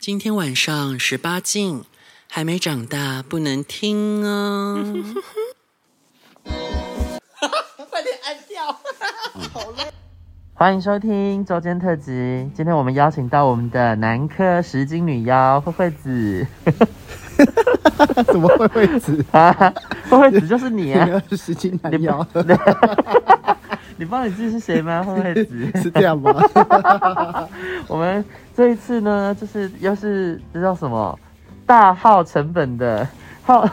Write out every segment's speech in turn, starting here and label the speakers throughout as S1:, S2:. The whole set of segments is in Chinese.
S1: 今天晚上十八禁，还没长大不能听哦。
S2: 欢迎收听周间特辑。今天我们邀请到我们的男科十金女妖慧慧子，
S3: 怎么会会子？
S2: 啊，慧慧子就是你 啊！
S3: 你十斤
S2: 你
S3: 难
S2: 不
S3: 腰，
S2: 你不知道你自己是谁 吗？慧慧子，
S3: 是这样吗？
S2: 我们这一次呢，就是又是这叫什么大号成本的耗，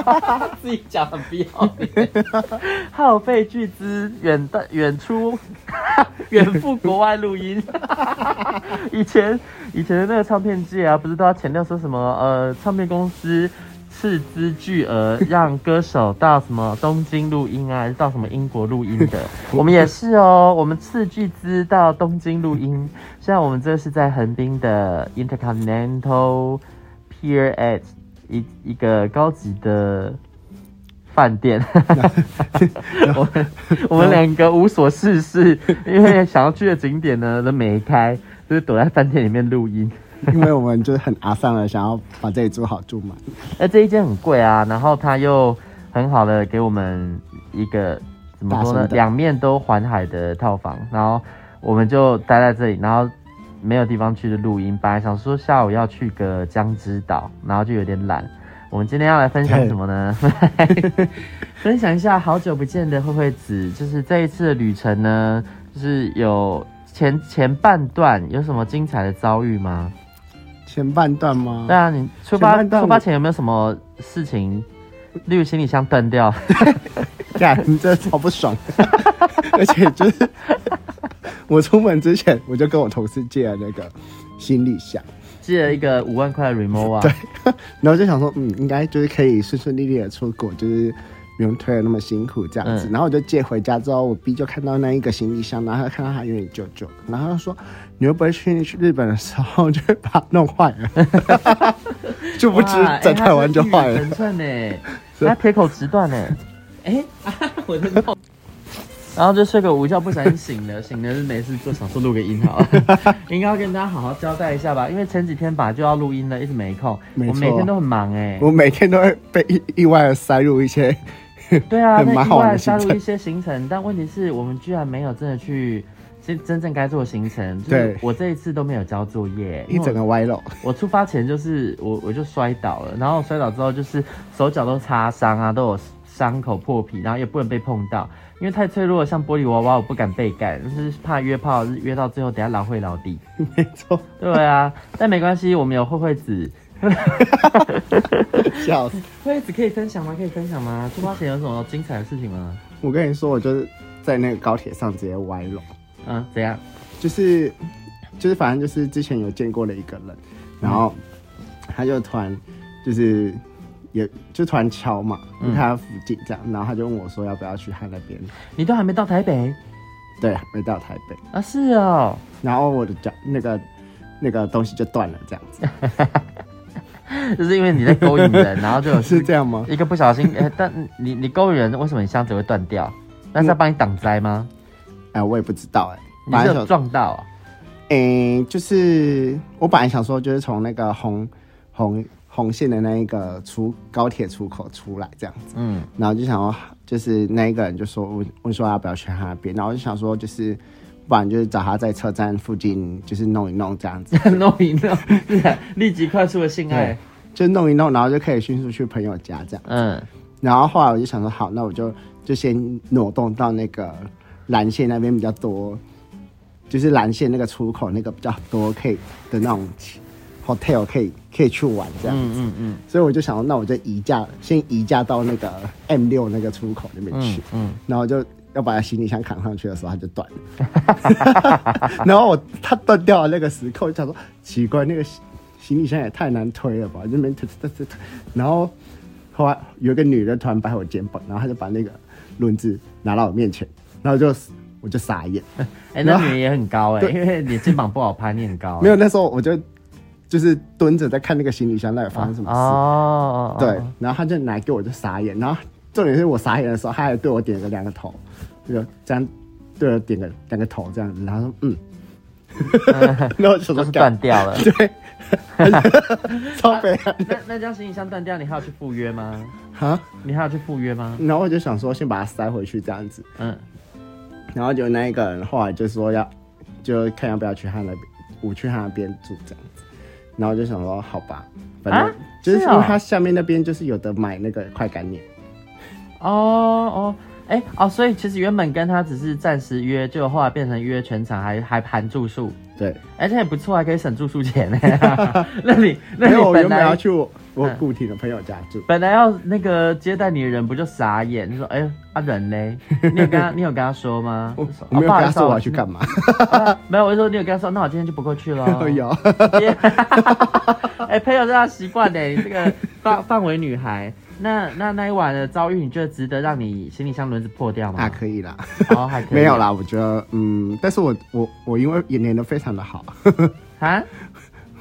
S2: 自己讲很不要脸， 耗费巨资远的远出 远赴国外录音。以前以前的那个唱片界啊，不是都要强调说什么呃，唱片公司。斥资巨额让歌手到什么东京录音啊，还是到什么英国录音的？我们也是哦，我们斥巨资到东京录音。现在我们这是在横滨的 Intercontinental Pier at 一一个高级的饭店。我们我们两个无所事事，因为想要去的景点呢都没开，就是躲在饭店里面录音。
S3: 因为我们就是很阿丧了，想要把这里住好住满。
S2: 那呃这一间很贵啊，然后它又很好的给我们一个怎么说
S3: 大
S2: 呢，
S3: 型的
S2: 两面都环海的套房，然后我们就待在这里，然后没有地方去的录音，本来想说下午要去个江之岛，然后就有点懒。我们今天要来分享什么 呢？分享一下好久不见的慧慧子，就是这一次的旅程呢，就是有前前半段有什么精彩的遭遇吗？
S3: 前半段吗？
S2: 对啊，你出发
S3: 前半段
S2: 出发前有没有什么事情，例如行李箱断掉？
S3: 干，你真的好不爽， 而且就是我出门之前，我就跟我同事借了那个行李箱，
S2: 寄了一个五万块的啊 remova，
S3: 对然后就想说，嗯，应该就是可以顺顺利利的出国，就是。不用推的那么辛苦这样子，
S2: 嗯
S3: 然后我就借回家之后，我 B 就看到那一个行李箱，然后他看到它有点旧旧，然后他就说：“嗯你会不会去去日本的时候就会把它弄坏了？” 殊不知
S2: 哇哎
S3: 在台湾就坏
S2: 哎它是
S3: 了。
S2: 一语成谶 呢，它铁口直断呢。 哎、啊我的梦。然后就睡个午觉，不小心醒了， 醒了就没事做，想说录个音好 了，应该要跟大家好好交代一下吧，因为前几天本来就要录音了，一直没空，
S3: 没
S2: 我
S3: 错
S2: 每天都很忙哎、
S3: 我每天都会被意意外的塞入一些，
S2: 对啊，
S3: 很
S2: 那
S3: 蛮
S2: 意
S3: 好玩
S2: 外
S3: 的
S2: 加
S3: 行
S2: 入
S3: 程
S2: 一些行程，但问题是我们居然没有真的去真真正该做的行程。就是
S3: 对
S2: 我这一次都没有交作业，
S3: 一
S2: 因
S3: 整
S2: 为
S3: 个歪楼。
S2: 我 我出发前就是我我就摔倒了，然后摔倒之后就是手脚都擦伤啊，都有伤口破皮，然后也不能被碰到，因为太脆弱了，像玻璃娃娃，我不敢被盖，就是怕约炮约到最后等下老会老底。
S3: 没错，
S2: 对 啊，但没关系，我们有慧慧子。
S3: 笑死！
S2: 慧慧子可以分享吗？可以分享吗？出发前有什么精彩的事情吗？
S3: 我跟你说，我就是在那个高铁上直接歪楼，
S2: 嗯，怎样？
S3: 就是就是反正就是之前有见过的一个人，然后他就突然就是也就突然敲嘛，
S2: 嗯
S3: 就看他附近这样，然后他就问我说要不要去他那边，
S2: 你都还没到台北
S3: 对，还没到台北，
S2: 啊？是哦，
S3: 然后我的脚那个那个东西就断了，这样子
S2: 就是因为你在勾引人，然后就有
S3: 是这样吗？
S2: 一个不小心，哎，但你你勾引人，为什么你箱子会断掉？那是要帮你挡灾吗？
S3: 哎，我也不知道哎、
S2: 你
S3: 反
S2: 是
S3: 正
S2: 有
S3: 就
S2: 撞到、啊？
S3: 诶、哎就是我本来想说，就是从那个红红红线的那一个出高铁出口出来这样子，
S2: 嗯，
S3: 然后就想要，就是那一个人就说问问说要不要去他那边，然后我就想说就是。不然就是找他在车站附近，就是弄一弄这样子，
S2: 弄一弄，是啊立即快速的性爱
S3: 对。就弄一弄，然后就可以迅速去朋友家这样。
S2: 嗯，
S3: 然后后来我就想说，好，那我就就先挪动到那个蓝线那边比较多，就是蓝线那个出口那个比较多可以的那种 hotel 可以可以去玩这样。
S2: 嗯嗯嗯
S3: 所以我就想说，那我就移驾，先移驾到那个 M 六那个出口那边去
S2: 嗯，嗯，
S3: 然后就要把行李箱扛上去的时候，它就断 了。然后我它断掉的那个时刻，我就想说，奇怪，那个行李箱也太难推了吧，这边推推推推推，然后后来有一个女人突然拍我肩膀，然后她就把那个轮子拿到我面前，然后就我就傻眼，
S2: 哎、
S3: 然
S2: 那
S3: 后
S2: 女人也很高哎、
S3: 对
S2: 因为你肩膀不好拍，你很高、
S3: 没有那时候我就就是蹲着在看那个行李箱到底发生什么事，
S2: 哦，哦
S3: 对，然后他就拿给我就傻眼，然后重点是我傻眼的时候，他还对我点了两个头，就这样对我点个两个头这样子，然后说 嗯，然后我就
S2: 就
S3: 说
S2: 是断
S3: 干，
S2: 掉了。
S3: 对， 超啊悲哀
S2: 那那张行李箱断掉，你还要去赴约吗？
S3: 啊！
S2: 你还要去赴约吗？
S3: 然后我就想说先把它塞回去这样子，
S2: 嗯，
S3: 然后就那一个人后来就说要，就看要不要去他那边，我去他那边住这样子，然后我就想说好吧，反正、
S2: 啊
S3: 就是
S2: 是
S3: 因
S2: 哦
S3: 为他下面那边就是有的买那个快干面，
S2: 哦哦，哎、哦，所以其实原本跟他只是暂时约，就后来变成约全场还，还含住宿。
S3: 对。
S2: 哎、这也不错，还可以省住宿 钱 呢。那你 那
S3: 没有，
S2: 你
S3: 我
S2: 本
S3: 原本
S2: 来嗯
S3: 要去我我固定的朋友家住，
S2: 本来要那个接待你的人不就傻眼？你说哎、啊人 嘞？你有跟他你有跟他说吗？
S3: 我
S2: 说
S3: 我没有
S2: 哦不好
S3: 跟
S2: 意
S3: 他
S2: 思
S3: 说
S2: 哦
S3: 我要去干嘛，
S2: 没有，我就说你有跟他说，那我今天就不过去了。
S3: 有
S2: 耶哎、朋友这样习惯呢，你这 个范范围女孩。那那那一晚的遭遇，你觉得值得让你行李箱轮子破掉吗？
S3: 啊可以啦，
S2: 哦还可以
S3: 没有啦，我觉得嗯，但是我我我因为也粘的非常的好，
S2: 啊？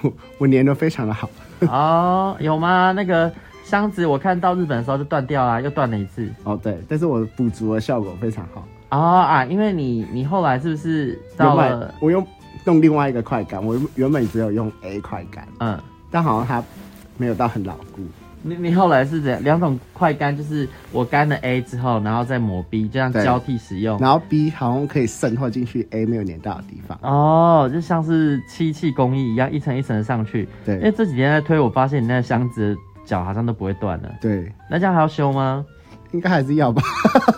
S3: 我我粘的非常的好，
S2: 哦，有吗？那个箱子我看到日本的时候就断掉啊啦，又断了一次。
S3: 哦对，但是我补足的效果非常好，
S2: 哦啊，因为你你后来是不是到
S3: 原
S2: 了
S3: 本？我用弄另外一个快感，我原本只有用 A 快感，
S2: 嗯，
S3: 但好像它没有到很牢固，
S2: 你你后来是怎样？两种快干，就是我干了 A 之后，然后再抹 B，这样
S3: 对
S2: 交替使用。
S3: 然后 B 好像可以渗透进去 A 没有粘到的地方，
S2: 哦，就像是漆器工艺一样，一层一层的上去。因为
S3: 对
S2: 这几天在推，我发现你那个箱子脚好像都不会断了。
S3: 对，
S2: 那这样还要修 吗？
S3: 应该还是要吧，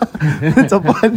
S3: 怎么办？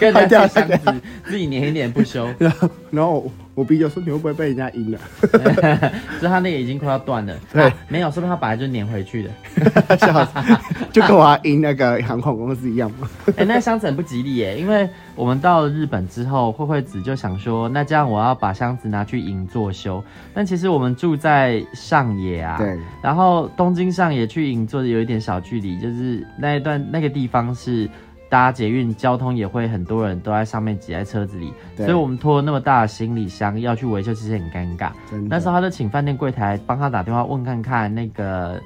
S2: 跟
S3: 坏
S2: 人
S3: 掉
S2: 家箱
S3: 了
S2: 子自己粘一粘不修，
S3: 然后然后我我 B 就说你会不会被人家赢了？
S2: 所以他那个已经快要断了。
S3: 对
S2: 啊没有，说不定他本来就粘回去的。
S3: 笑死， 就跟我要赢那个航空公司一样嘛。
S2: 哎、那个箱子很不吉利耶，因为我们到了日本之后，慧慧子就想说，那这样我要把箱子拿去银座修。但其实我们住在上野啊，
S3: 对，
S2: 然后东京上野去银座有一点小距离，就是那一段那个地方是搭捷运，交通也会很多人都在上面挤在车子里，
S3: 对
S2: 所以我们拖那么大的行李箱要去维修，其实很尴尬。
S3: 真的
S2: 那时候他就请饭店柜台帮他打电话问看看那个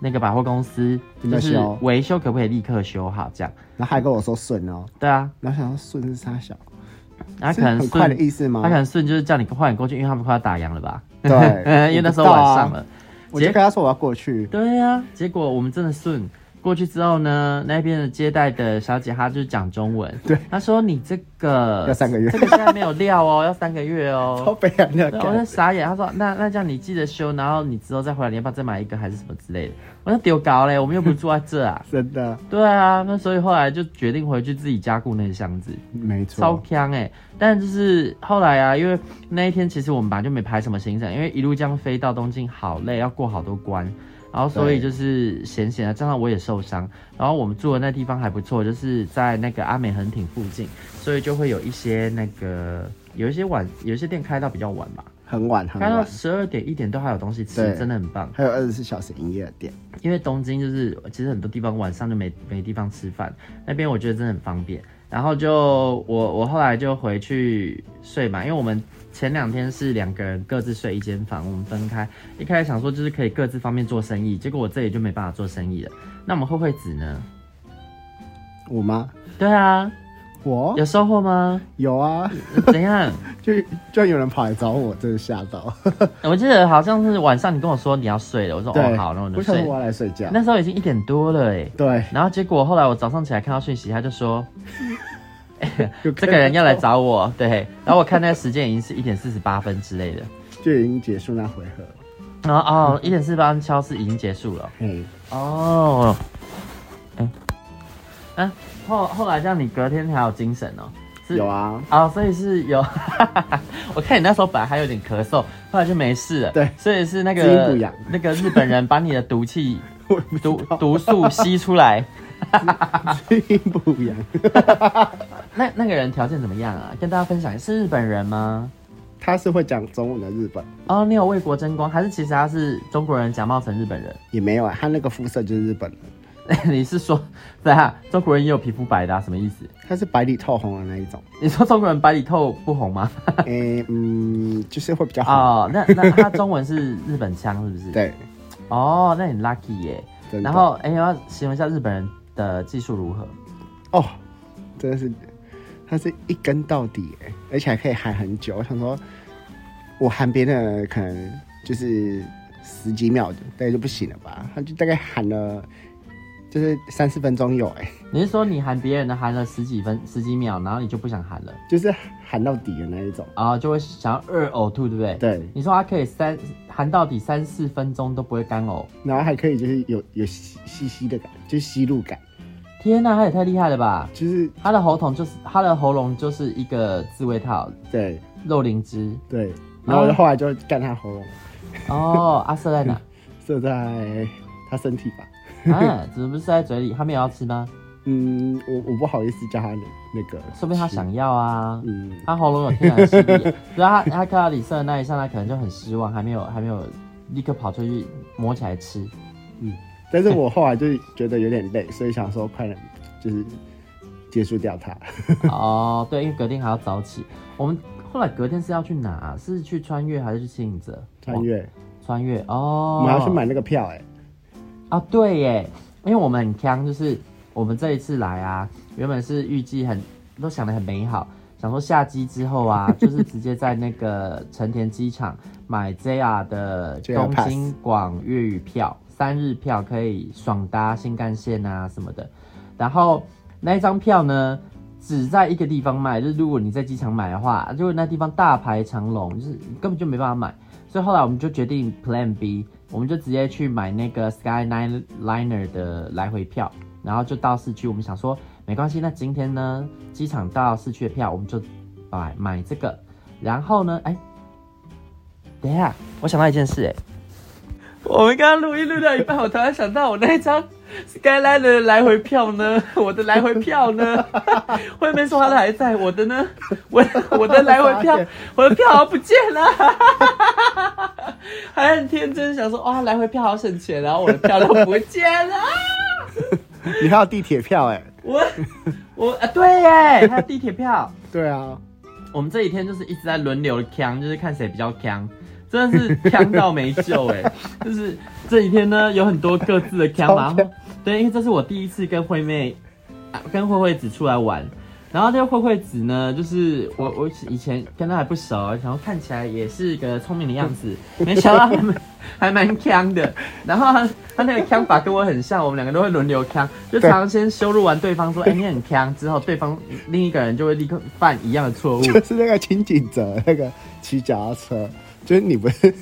S2: 那个百货公司，
S3: 有
S2: 就
S3: 没有
S2: 是
S3: 修
S2: 维修可不可以立刻修好这样。
S3: 然后还跟我说顺哦，
S2: 对啊，
S3: 然后想说顺是啥小，
S2: 然后
S3: 是
S2: 可能
S3: 很
S2: 顺
S3: 快的意思吗
S2: 他可能顺就是叫你快点过去，因为他们快要打烊了吧？
S3: 对
S2: 因为那时候晚上
S3: 啊
S2: 了。
S3: 我就跟他说我要过去，
S2: 对呀、结果我们真的顺过去之后呢，那边的接待的小姐她就讲中文，
S3: 对，
S2: 她说你这个
S3: 要三个月
S2: 呃这个现在没有料哦，要三个月
S3: 超
S2: 哦。
S3: 悲哀的
S2: 对，我就
S3: 感觉。
S2: 傻眼。她说：“那那这样你记得修，然后你之后再回来，你要不要再买一个还是什么之类的？”我说：“丢搞嘞，我们又不是住在这啊。
S3: 真的，”
S2: 对啊，那所以后来就决定回去自己加固那个箱子。
S3: 没
S2: 超
S3: 错，
S2: 强哎、但就是后来啊，因为那一天其实我们本来就没排什么行程，因为一路这样飞到东京好累，要过好多关，然后所以就
S3: 对
S2: 是闲闲的，加上我也受伤，然后我们住的那地方还不错，就是在那个阿美横町附近，所以就会有一些那个有一些晚，有一些店开到比较晚吧，
S3: 很晚很
S2: 开到
S3: 晚，
S2: 十二点一点都还有东西吃，
S3: 对
S2: 真的很棒。
S3: 还有二十四小时营业的店，
S2: 因为东京就是其实很多地方晚上就没没地方吃饭，那边我觉得真的很方便。然后就我我后来就回去睡嘛，因为我们前两天是两个人各自睡一间房，我们分开。一开始想说就是可以各自方面做生意，结果我这里就没办法做生意了。那我们慧慧子呢？
S3: 我吗？
S2: 对啊，
S3: 我
S2: 有收获吗？
S3: 有啊，
S2: 怎样？
S3: 就就有人跑来找我，真的吓到。
S2: 我记得好像是晚上你跟我说你要睡了，我说哦
S3: 对，
S2: 好，那我就
S3: 我想
S2: 睡
S3: 说我。要来睡觉。
S2: 那时候已经一点多了哎、
S3: 对，
S2: 然后结果后来我早上起来看到讯息，他就说
S3: 这
S2: 这个人要来找我， 对。然后我看那个时间已经是一点四十八分之类的，
S3: 就已经结束那回合了。
S2: 然后哦，一点四十八分敲是已经结束了。
S3: 嘿，
S2: 哦，哎、哎、后后来这样，你隔天还有精神哦？是
S3: 有。啊，
S2: 哦，所以是有， 我看你那时候本来还有点咳嗽，后来就没事了。
S3: 对
S2: 所以是那
S3: 滋阴
S2: 个
S3: 补阳
S2: 那个日本人把你的毒 气
S3: 我也不知
S2: 毒
S3: 道
S2: 毒素吸出来。
S3: 不一样。
S2: 那那个人条件怎么样啊？跟大家分享，是日本人吗？
S3: 他是会讲中文的日本，
S2: 哦，你有为国争光，还是其实他是中国人假冒成日本人？
S3: 也没有啊，他那个肤色就是日本人，
S2: 你是说， 对啊，中国人也有皮肤白的、啊，什么意思？
S3: 他是白里透红的那一种。
S2: 你说中国人白里透不红吗？
S3: 诶、嗯，就是会比较好。
S2: 哦，那那他中文是日本腔是不是？。
S3: 对，
S2: 哦，那你 lucky 耶、
S3: 真的
S2: 然后，哎、要形容一下日本人的技术如何？
S3: 哦，真的是，他是一根到底欸，而且还可以喊很久。我想说，我喊别人可能就是十几秒，大概就不行了吧？他就大概喊了，就是三四分钟有哎，
S2: 你是说你喊别人的喊了十几分十几秒，然后你就不想喊了，
S3: 就是喊到底的那一种。
S2: 然后就会想要二呕吐，对不对？。
S3: 对，
S2: 你说他可以三喊到底三四分钟都不会干呕，
S3: 然后还可以就是有有吸吸吸的感，就是吸入感，
S2: 天呐、他也太厉害了吧！
S3: 就是
S2: 他的喉筒就是他的喉咙就是一个自慰套，
S3: 对
S2: 肉灵芝。
S3: 对。然后我就后来就干他喉咙，
S2: 哦，阿瑟在哪？
S3: 射在他身体吧。
S2: 啊，怎么不是在嘴里？他没有要吃吗？
S3: 嗯，我我不好意思叫他那个，
S2: 说不定他想要啊。
S3: 嗯，
S2: 他喉咙有天然吸 力，所以他他看到李瑟的那一刹那，可能就很失望，还没有还没有立刻跑出去摸起来吃。
S3: 但是我后来就觉得有点累，所以想说快点就是结束掉它。
S2: 哦，对，因为隔天还要早起。我们后来隔天是要去哪？是去穿越还是去清影泽？
S3: 穿越，
S2: 穿越
S3: 我
S2: 哦，
S3: 们还要去买那个票哎、
S2: 啊，对耶，因为我们很强，就是我们这一次来啊，原本是预计很都想得很美好，想说下机之后啊，就是直接在那个成田机场买 JR 的
S3: JR
S2: 东京广粤语票，三日票可以爽搭新干线啊什么的。然后那一张票呢，只在一个地方卖，就是如果你在机场买的话，如果那地方大排长龙，就是你根本就没办法买。所以后来我们就决定 Plan B，我们就直接去买那个 Skyliner 的来回票，然后就到市区。我们想说没关系，那今天呢，机场到市区的票我们就买买这个。然后呢，哎，等一下，我想到一件事、哎，我们刚刚录音录到一半，我突然想到我那一张 Skyline 的来回票呢， 我的来回票 呢，外面说他的还在，我的呢，我我的来回票，我的票好像不见了， 还很天真想说哇，来回票好省钱，然后我的票都不见了，
S3: 你还有地铁票哎、
S2: 我我啊对耶，还有地铁票。
S3: 对啊，
S2: 我们这几天就是一直在轮流扛，就是看谁比较扛，真的是扛到没救哎、 就是这几天呢，有很多各自的扛嘛
S3: 超呛。
S2: 对，因为这是我第一次跟惠妹、啊跟慧慧子出来玩，然后这个慧慧子呢，就是我我以前跟她还不熟，然后看起来也是个聪明的样 子，没想到还蛮还蛮扛的。然后她她那个扛法跟我很像，我们两个都会轮流扛，就常常先羞辱完对方说：“哎、你很扛。”之后对方另一个人就会立刻犯一样的错误。
S3: 就是那个清景泽那个骑脚踏车，就是你不是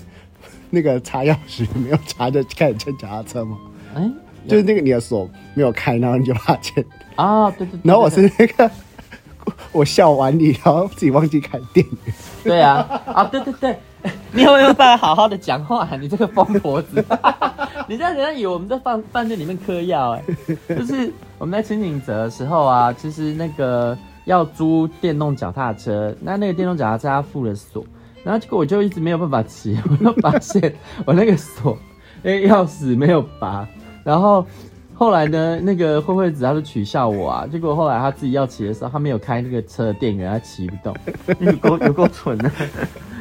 S3: 那个插钥匙没有插就开始牵脚踏车 吗？
S2: 哎、
S3: 就是那个你的锁没有开，然后你就把它牵，
S2: 啊，对对对，
S3: 然后我
S2: 对
S3: 是那个。 我笑完你，然后自己忘记开电源，
S2: 对对啊，啊，对对对， 你有没有办法好好的讲话、你这个疯婆子， 你这样人家以为我们在饭饭店里面嗑药哎、就是我们在清景泽的时候啊，其实那个要租电动脚踏车，那那个电动脚踏车它附了锁，然后结果我就一直没有办法骑， 我就发现我那个锁那个钥匙没有拔，然后。后来呢，那个慧慧子她就取笑我啊，结果后来她自己要骑的时候，她没有开那个车的电源，她骑不动， 有够有够蠢的，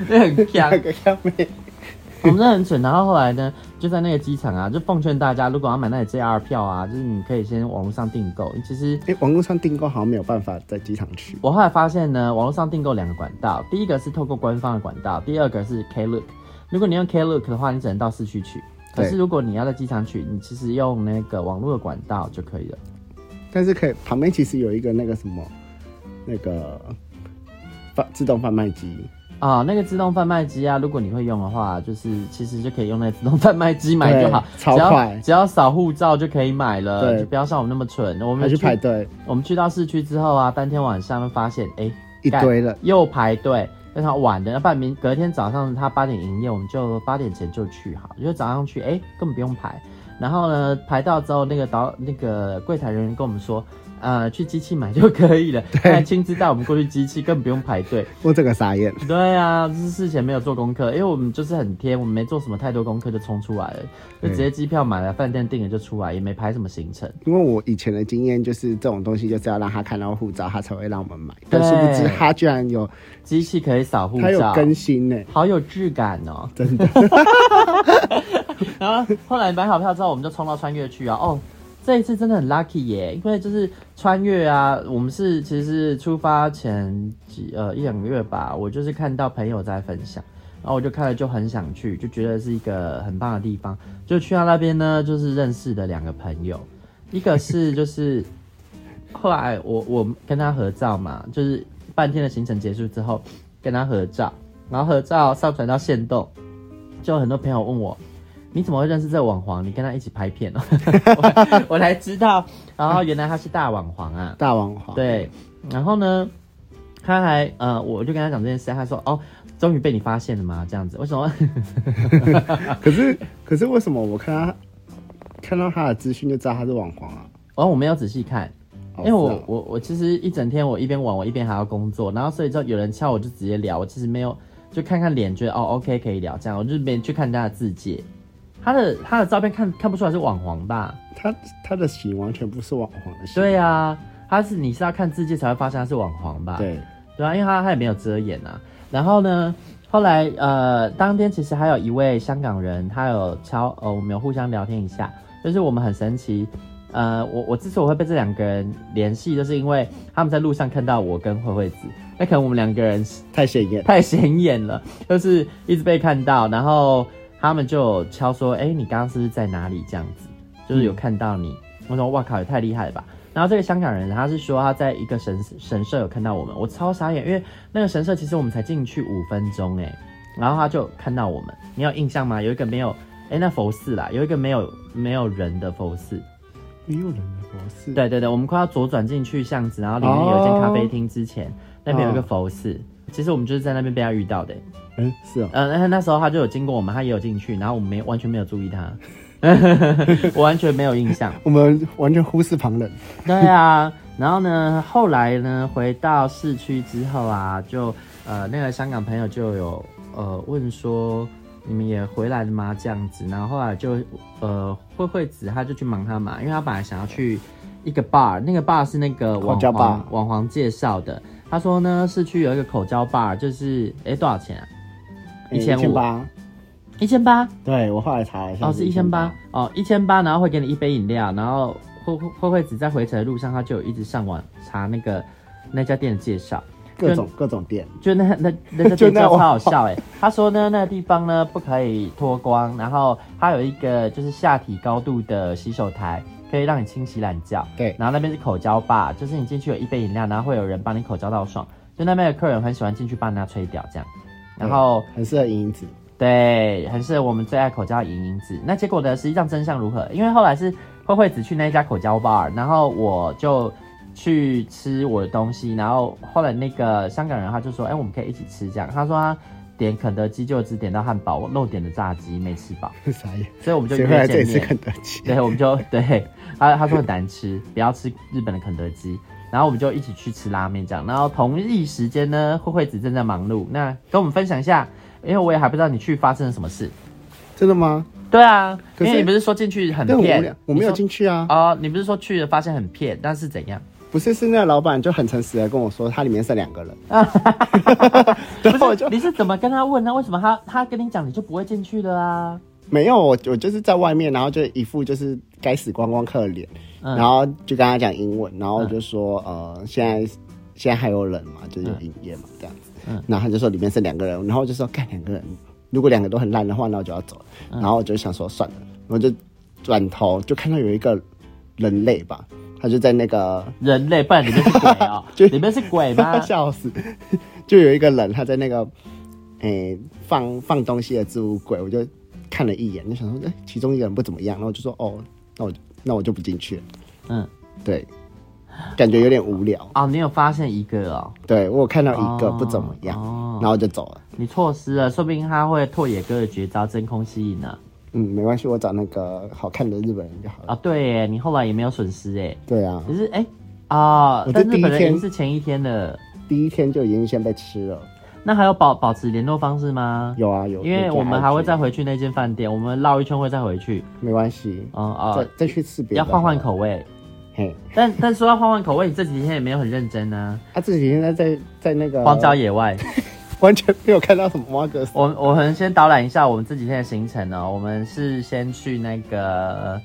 S2: 那很强
S3: 那。个要没
S2: 我们真的很蠢。然后后来呢，就在那个机场啊，就奉劝大家，如果要买那里 JR 票啊，就是你可以先网络上订购。其实
S3: 哎、网络上订购好像没有办法在机场取，
S2: 我后来发现呢，网络上订购两个管道，第一个是透过官方的管道，第二个是 Klook。如果你用 Klook 的话，你只能到市区取。可
S3: 对
S2: 是如果你要在机场取，你其实用那个网络的管道就可以了。
S3: 但是可以旁边其实有一个那个什么，那个贩自动贩卖机，
S2: 啊、那个自动贩卖机啊，如果你会用的话，就是其实就可以用那个自动贩卖机买就好，
S3: 对超
S2: 只要
S3: 快
S2: 只要扫护照就可以买了，
S3: 对
S2: 就不要像我们那么蠢。我
S3: 还
S2: 们
S3: 去排队，
S2: 我们去到市区之后啊，当天晚上就发现，哎、
S3: 一
S2: 干
S3: 堆了
S2: 又排队，非常晚的。要不然明隔天早上他八点营业，我们就八点前就去好，因为早上去，哎、根本不用排。然后呢，排到之后，那个导那个柜台人员跟我们说，呃去机器买就可以了。现在亲自带我们过去机器，根本不用排队。
S3: 我这个傻眼。
S2: 对啊，就是事前没有做功课，因为我们就是很贴，我们没做什么太多功课就冲出来了，就直接机票买了，饭店订了就出来，也没排什么行程。
S3: 因为我以前的经验就是这种东西就是要让他看到护照，他才会让我们买。
S2: 对
S3: 但殊不知他居然有，
S2: 机器可以扫护
S3: 他有
S2: 照，
S3: 更新呢、
S2: 好有质感哦。
S3: 真的。
S2: 然后后来买好票之后，我们就冲到穿越去啊。哦，这一次真的很 lucky 耶，因为就是穿越啊，我们是其实是出发前几呃一两个月吧，我就是看到朋友在分享。然后我就看了，就很想去，就觉得是一个很棒的地方。就去到那边呢，就是认识的两个朋友，一个是就是后来我我跟他合照嘛，就是半天的行程结束之后跟他合照，然后合照上传到线动，就有很多朋友问我，你怎么会认识这网黄？你跟他一起拍片哦， 我我才知道，然后原来他是大网黄啊。
S3: 大王华，，
S2: 对，然后呢，他还呃，我就跟他讲这件事，他说哦，终于被你发现了吗？这样子，为什么？
S3: 可是可是为什么我看他看到他的资讯就知道他是网黄啊？
S2: 哦，我没有仔细看，
S3: 哦
S2: 因为我、
S3: 是哦
S2: 我我其实一整天我一边玩，我一边还要工作，然后所以就有人敲我就直接聊，我其实没有就看看脸，觉得哦 OK 可以聊这样，我就没去看他的字界，他的他的照片看看不出来是网黄吧？
S3: 他他的型完全不是网黄的型。
S2: 对啊，他是你是要看字界才会发现他是网黄吧？。
S3: 对，
S2: 对啊，因为他他也没有遮掩啊。然后呢，后来呃，当天其实还有一位香港人，他有敲呃，我们有互相聊天一下，就是我们很神奇。呃，我我之所以会被这两个人联系，就是因为他们在路上看到我跟慧慧子，那可能我们两个人是
S3: 太显眼。 哎
S2: 太显眼了，就是一直被看到，然后他们就有敲说：“哎、你刚刚是不是在哪里？”这样子，就是有看到你。我说：“哇靠，也太厉害了吧！”然后这个香港人他是说他在一个神神社有看到我们，我超傻眼，因为那个神社其实我们才进去五分钟哎、然后他就看到我们，你有印象吗？有一个没有哎、那佛寺啦，有一个没有没有人的佛寺，
S3: 没有人的博士。，
S2: 对对对，我们快要左转进去巷子，然后里面有一间咖啡厅，之前、那边有一个
S3: 嗯
S2: 佛寺，其实我们就是在那边被他遇到的、欸
S3: 嗯，是哦。
S2: 呃，那那时候他就有经过我们，他也有进去，然后我们没完全没有注意他，我完全没有印象。
S3: 我们完全忽视旁人，
S2: 对啊，然后呢，后来呢，回到市区之后啊，就呃那个香港朋友就有呃问说你们也回来了吗？这样子，然后后来就呃慧慧子她就去忙她嘛，因为她本来想要去一个 bar，那个 bar 是那个网
S3: 口交
S2: 黄
S3: bar
S2: 网黄介绍的，他说呢市区有一个口交 bar，就是哎多少钱啊？一千五，
S3: 哎八。
S2: 一千八。
S3: 对我后来查了一下，
S2: 哦，是一千八。哦，一千八，然后会给你一杯饮料，然后慧慧慧慧子在回程的路上，她就有一直上网查那个那家店的介绍，
S3: 各种各种店，
S2: 就那那 那家
S3: 就
S2: 店
S3: 那
S2: 超
S3: 网
S2: 好笑哎、他说呢，那个地方呢不可以脱光，然后它有一个就是下体高度的洗手台，可以让你清洗懒觉。
S3: 对
S2: 然后那边是口交吧，就是你进去有一杯饮料，然后会有人帮你口交到爽，就那边的客人很喜欢进去帮人家吹屌这样，然后。
S3: 很适合银银子。
S2: 对，很适合我们最爱口交的莹莹子。那结果呢？实际上真相如何？因为后来是慧慧子去那一家口交 bar，然后我就去吃我的东西，然后后来那个香港人他就说：“哎、我们可以一起吃这样。”他说他点肯德基就只点到汉堡，漏点的炸鸡没吃饱，
S3: 傻眼，
S2: 所以我们就
S3: 谁会来
S2: 约
S3: 这里
S2: 见
S3: 吃
S2: 面
S3: 肯。德基？
S2: 对，我们就对他他说很难吃，不要吃日本的肯德基。然后我们就一起去吃拉面这样。然后同一时间呢，慧慧子正在忙碌，那跟我们分享一下，因为我也还不知道你去发生了什么事。
S3: 真的吗？
S2: 对啊，
S3: 可
S2: 因
S3: 是
S2: 为你不是说进去很
S3: 但我
S2: 骗
S3: 没有，我没有进
S2: 去
S3: 去啊。
S2: 哦，你不是说去了发现很骗，但是怎 样？
S3: 不是，是那个老板就很诚实的跟我说，他里面剩两个人，
S2: 嗯不
S3: 然后我
S2: 是
S3: 就
S2: 你是怎么跟他问呢？为什么他他跟你讲你就不会进去的啊？
S3: 没有我，我就是在外面，然后就一副就是该死观光客的脸，
S2: 嗯
S3: 然后就跟他讲英文，然后我就说、呃，现在现在还有人嘛，就是有营业嘛这样子，
S2: 嗯
S3: 然后他就说里面剩两个人，然后我就说干两个人，如果两个都很烂的话，那我就要走了，
S2: 嗯
S3: 然后我就想说算了，我就转头就看到有一个人类吧，他就在那个
S2: 人类，不然里面是鬼哦
S3: 就，
S2: 里面是鬼吗？
S3: 笑死！ 就有一个人他在那个，诶、放放东西的置物柜，我就看了一眼，就想说，哎、其中一个人不怎么样，然后我就说，哦，那我就那我就不进去了。
S2: 嗯，
S3: 对，感觉有点无聊。
S2: 哦，你有发现一个哦，
S3: 对我有看到一个
S2: 哦
S3: 不怎么样，
S2: 哦
S3: 然后我就走了。
S2: 你错失了，说不定他会拓野哥的绝招真空吸引呢、
S3: 嗯，没关系，我找那个好看的日本人就好
S2: 啊。
S3: 了。
S2: 对耶，你后来也没有损失哎，
S3: 对啊
S2: 可，是哎，啊、
S3: 我
S2: 但
S3: 这
S2: 日
S3: 第一
S2: 本人已
S3: 天
S2: 经是前一天的，
S3: 第一天就已经先被吃了。
S2: 那还有保保持联络方式吗？
S3: 有啊有，
S2: 因为
S3: 有
S2: 我们还会再
S3: 加 IG，
S2: 回去那间饭店，我们绕一圈会再回去。
S3: 没关系，
S2: 嗯啊、
S3: 再再去吃别的
S2: 要
S3: 好了，
S2: 换换口味。
S3: 嘿。
S2: 但但说要换换口味，你这几天也没有很认真呢、
S3: 他啊自己现在在在那个
S2: 荒郊野外，
S3: 完全没有看到什么挖格斯
S2: 我我们先导览一下我们这几天的行程呢、我们是先去那个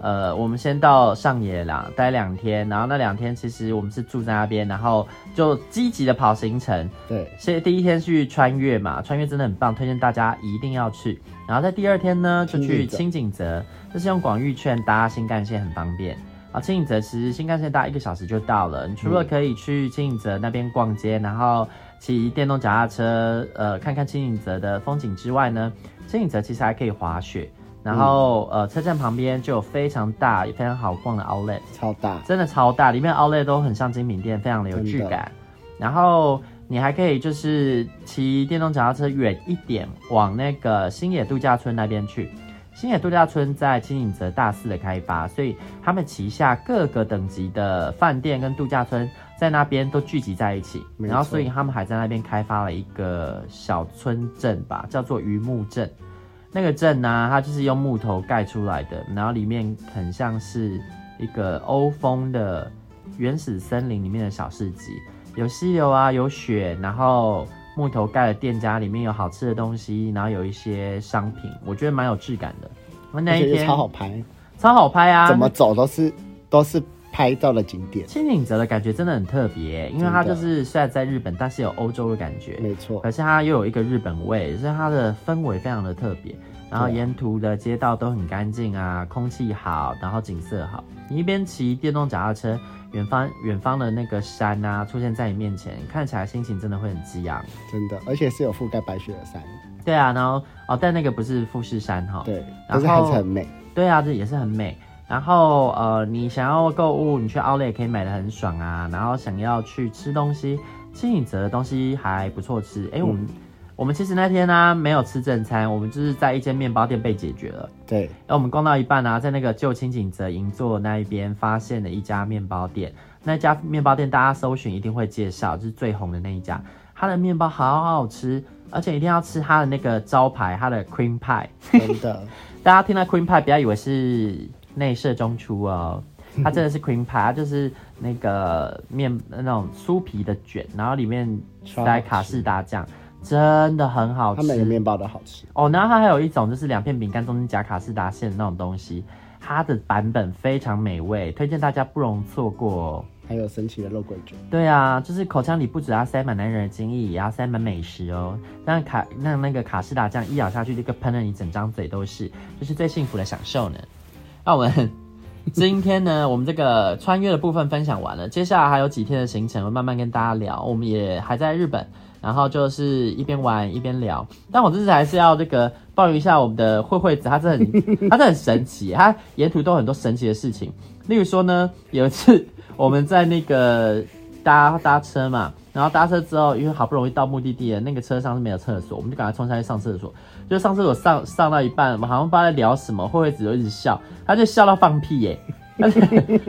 S2: 呃，我们先到上野啦，待两天。然后那两天其实我们是住在那边，然后就积极的跑行程。
S3: 对，
S2: 先第一天去穿越嘛，穿越真的很棒，推荐大家一定要去。然后在第二天呢，就去青
S3: 青
S2: 井泽，这是用广域券搭新干线很方便。啊，青井泽其实新干线搭一个小时就到了，你除了可以去青井泽那边逛街，然后骑电动脚踏车，呃，看看青井泽的风景之外呢，青井泽其实还可以滑雪。然后，呃，车站旁边就有非常大也非常好逛的 outlet，
S3: 超大，
S2: 真的超大，里面 outlet 都很像精品店，非常的有质感。然后你还可以就是骑电动脚踏车远一点，往那个新野度假村那边去。新野度假村在青井泽大肆的开发，所以他们旗下各个等级的饭店跟度假村在那边都聚集在一起，
S3: 没错
S2: 然后所以他们还在那边开发了一个小村镇吧，叫做榆木镇。那个镇呢、它就是用木头盖出来的，然后里面很像是一个欧风的原始森林里面的小市集，有溪流啊，有雪，然后木头盖的店家里面有好吃的东西，然后有一些商品，我觉得蛮有质感的。那那
S3: 而
S2: 一
S3: 且
S2: 天
S3: 又超好拍，
S2: 超好拍啊！
S3: 怎么走都是都是拍照的景点，
S2: 青井泽的感觉真的很特别，因为它
S3: 真
S2: 就
S3: 的
S2: 是虽然在日本，但是有欧洲的感觉。
S3: 没错
S2: 可，是它又有一个日本味，所以它的氛围非常的特别。然后
S3: 对啊
S2: 沿途的街道都很干净啊，空气好，然后景色好。你一边骑电动脚踏车，远方远方的那个山啊出现在你面前，看起来心情真的会很激昂。
S3: 真的，而且是有覆盖白雪的山，
S2: 对啊，然后哦，但那个不是富士山哈、
S3: 对，
S2: 哦然
S3: 但
S2: 后
S3: 是还是很美，
S2: 对啊，这也是很美。然后呃，你想要购物，你去 Outlet 也可以买的很爽啊。然后想要去吃东西，清影泽的东西还不错吃。哎，我们、我们其实那天呢、没有吃正餐，我们就是在一间面包店被解决了。
S3: 对，
S2: 然后我们逛到一半啊，在那个旧清景泽银座那一边发现了一家面包店，那家面包店大家搜寻一定会介绍，就是最红的那一家，它的面包好好吃，而且一定要吃它的那个招牌，它的 cream pie。
S3: 真的，
S2: 大家听到 cream pie 不要以为是内射中出哦，它真的是 cream pie，它就是那个面那种酥皮的卷，然后里面
S3: 超好吃
S2: 塞卡士达酱，真的很好吃。
S3: 他每个面包都好吃，
S2: 哦，然后它还有一种就是两片饼干中间夹卡士达馅的那种东西，它的版本非常美味，推荐大家不容错过哦。
S3: 还有神奇的肉桂卷，
S2: 对啊，就是口腔里不只要塞满男人的精液，也要塞满美食哦。让卡让那个卡士达酱一咬下去，这个喷的你整张嘴都是，这是最幸福的享受呢。那我们今天呢，我们这个穿越的部分分享完了，接下来还有几天的行程，我慢慢跟大家聊。我们也还在日本，然后就是一边玩一边聊。但我这次还是要这个抱怨一下我们的慧慧子，她真的很她真的很神奇，她沿途都有很多神奇的事情。例如说呢，有一次 我们在那个搭搭车嘛，然后搭车之后，因为好不容易到目的地了，那个车上是没有厕所，我们就赶快冲下去上厕所。就上厕所上上到一半，我们好像不知道在聊什么，慧慧子就一直笑，她就笑到放屁耶、 而且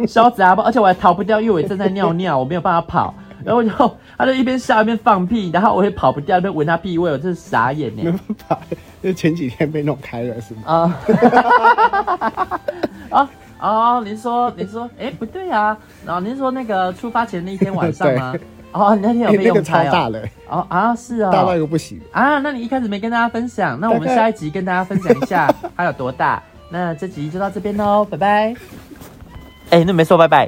S2: 笑死啊！而且我还逃不掉，因为我正在尿尿，我没有办法跑。然后我就她就一边笑一边放屁，然后我也跑不掉，一边闻她屁味，我真是傻眼呢、
S3: 没办法，就前几天被弄开了，是吗？
S2: 啊， 啊哦，您说您说，哎、不对啊，然后您说那个出发前那一天晚上 吗？哦，你那天有
S3: 哎
S2: 被
S3: 那
S2: 用
S3: 个超
S2: 开
S3: 大
S2: 哦？
S3: 的，
S2: 哦啊，是
S3: 大到一
S2: 哦。
S3: 个不行，
S2: 啊，那你一开始没跟大家分享，那我们
S3: 大概
S2: 下一集跟大家分享一 下它有多大。那这集就到这边喽，拜拜。哎、那没说拜拜。